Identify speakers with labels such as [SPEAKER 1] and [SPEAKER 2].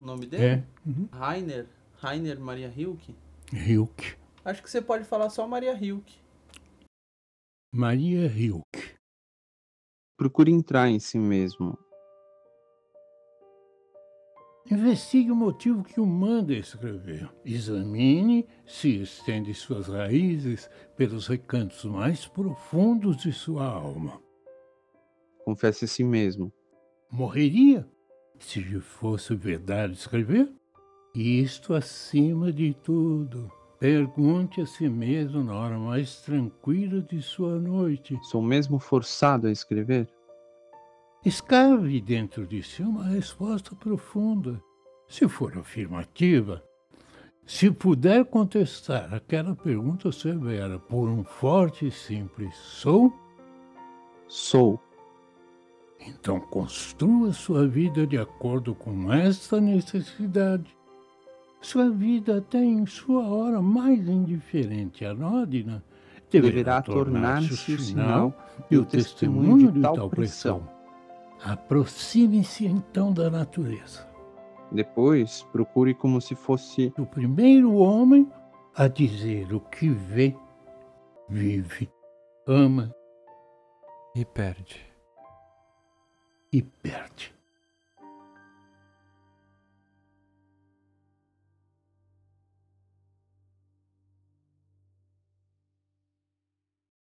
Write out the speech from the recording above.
[SPEAKER 1] o nome dele?
[SPEAKER 2] É. Uhum.
[SPEAKER 1] Rainer. Rainer Maria Hilke?
[SPEAKER 2] Hilke.
[SPEAKER 1] Acho que você pode falar só Maria Hilke.
[SPEAKER 2] Maria Hilke.
[SPEAKER 3] Procure entrar em si mesmo.
[SPEAKER 2] Investigue o motivo que o manda escrever. Examine se estende suas raízes pelos recantos mais profundos de sua alma.
[SPEAKER 3] Confesse a si mesmo.
[SPEAKER 2] Morreria se lhe fosse verdade escrever? E isto acima de tudo. Pergunte a si mesmo na hora mais tranquila de sua noite.
[SPEAKER 3] Sou mesmo forçado a escrever?
[SPEAKER 2] Escave dentro de si uma resposta profunda. Se for afirmativa, se puder contestar aquela pergunta severa por um forte e simples sou,
[SPEAKER 3] Sou.
[SPEAKER 2] então construa sua vida de acordo com esta necessidade. Sua vida até em sua hora mais indiferente à anódina deverá,
[SPEAKER 3] Deverá tornar-se o sinal
[SPEAKER 2] e o testemunho de tal pressão. Aproxime-se então da natureza.
[SPEAKER 3] Depois, procure como se fosse
[SPEAKER 2] O primeiro homem a dizer o que vê, vive, ama
[SPEAKER 4] E perde.
[SPEAKER 2] e perde.